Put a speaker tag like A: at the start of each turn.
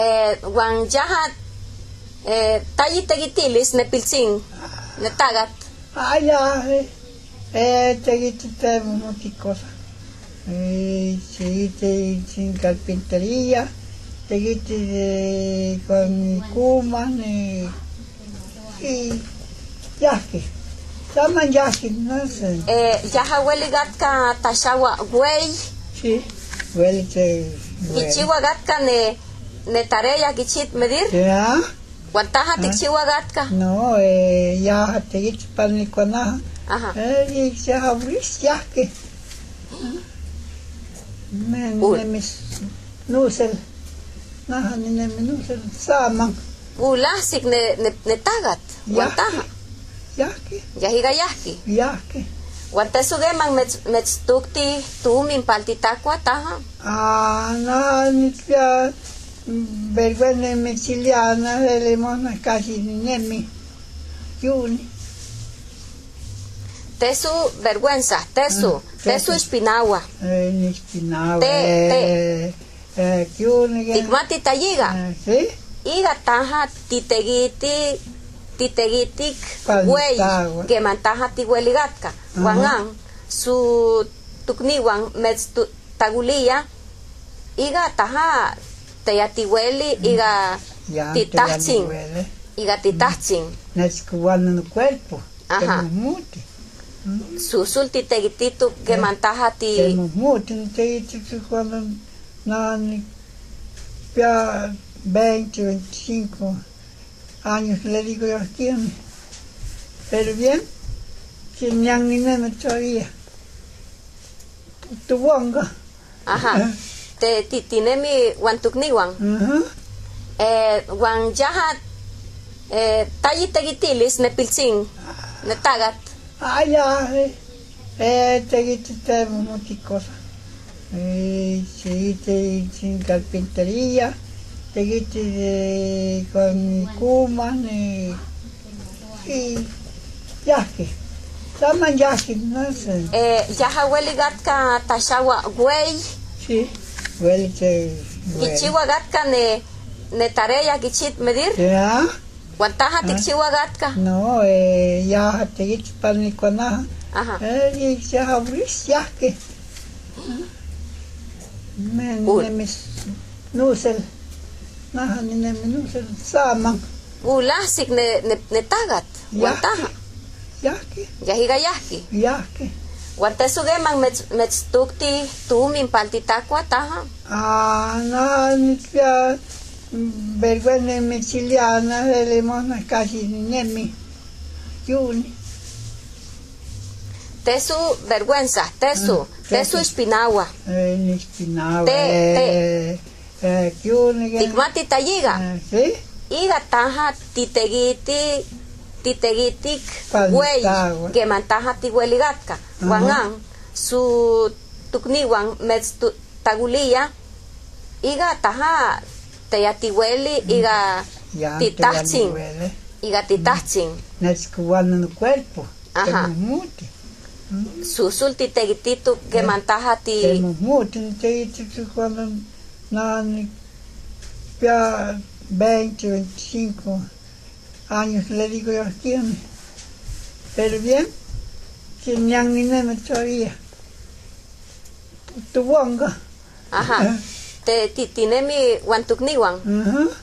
A: Eh, Huan yaha tallitegitilis eh, nepiltzin, netagat.
B: Ay, ya, eh, eh, te muchas cosas. Eh, seguiste sin carpintería, seguiste eh, con cuman eh, y yasque. Llaman yasque, no sé.
A: Yaha hueligatka tashawa güey,
B: Sí, huele que huele.
A: gichihuagatka ne netareya gichit medir,
B: ¿Ya? Ah.
A: guantaja tikchihuagatka.
B: No, eh, ya te guiste para ni con nada.
A: Ajá.
B: Eh, y se abrís yasque. Me,
A: Uy.
B: me, mis, nusel. Naja, ni me, nusel, saman.
A: Gulasik ne ne- netagat, guantaja.
B: Yasque,
A: Yahiga yahki.
B: yasque.
A: Guantesugeman mets- metztukti tumin paltitakua taja.
B: Ah, no, ni ya vergüenza mexiliana, de limona casi ni mi. Yuni,
A: Tesu vergüenza, tesu,
B: Ah,
A: tesu
B: tesu.
A: espinagua.
B: eh, ni espinaba,
A: Te-
B: eh, eh, yuni, que-
A: Tikmati tayiga.
B: eh, sí,
A: Iga taja titegiti, titegitik
B: Paltagua.
A: güey, que mantaja tigueligatka.
B: Ajá.
A: Guangan, su tukniwan mets tu- tagulia. Iga taja
B: Mm.
A: teyatigüeli, iga
B: ya te ya no
A: titaching,
B: duele.
A: iga titaching.
B: Necesitamos en el cuerpo,
A: Ajá.
B: que nos mute,
A: Susul titegititu que
B: Sí.
A: mantaja
B: Eh, que
A: ti.
B: nos mute, no te dice que cuando, no, ni, ya 20, 25 años le digo yo aquí, pero bien, sin ni ni nene todavía. Tu bonga, Eh.
A: Ajá. Te titinemi guantukniwan.
B: ajá,
A: Eh, Juan Yaha eh, Tallitegitilis Nepiltzin
B: Ah.
A: Netagat
B: ay, ya, eh, eh, te guiste, te muchas cosas. Eh, seguiste sin carpintería, te guiste eh, con cuman eh, y yasque. Llaman yasque, no sé.
A: eh, Yaha Hueligatka Tashawa Güey
B: Sí, huele que huele.
A: Gichihuagatka ne, Netareya Gichit Medir
B: ¿Ya?
A: Guantaja
B: Ah.
A: Tikchihuagatka
B: No, eh, ya te guiste para ni con nada.
A: Ajá
B: Eh, y se abrís yasque. Me,
A: Uy.
B: ne, mis, nusel. Naja, ni ne, mi nusel, saman,
A: Gulasik ne, ne, Netagat Guantaja
B: yasque,
A: Yahiga Yahki
B: yasque.
A: Guantesugeman metz- Metztukti Tumin Paltitakua Taja
B: Ah, no, ni ya vergüenza mexiliana, de limona casi ni mi. Yuni,
A: Tesu Vergüenza Tesu
B: Ah,
A: Tesu
B: tesu.
A: Espinagua
B: eh, ni espinaba,
A: Te- te.
B: eh, eh, yuni, que-
A: Tikmati Tayiga
B: eh, sí,
A: Iga taja titegiti, titegitik
B: Paltagua.
A: güey, que mantaja tigueligatka.
B: Ajá.
A: Guangan, su tukniwan mets tu- tagulia, iga taja teyatigüeli, iga,
B: ya, te ya no
A: Titachin.
B: duele.
A: iga titachin.
B: Necesitamos en el cuerpo, que
A: Ajá.
B: nos mute.
A: Susul titegititu que
B: Eh,
A: mantaja
B: Que
A: ti.
B: nos mute, no te dice que cuando, no, ni, ya 20, 25 años le digo yo aquí, pero bien, sin ni ni nene todavía. Tu bonga, Ah.
A: Ajá. Te titinemi guantukniwan.
B: ajá,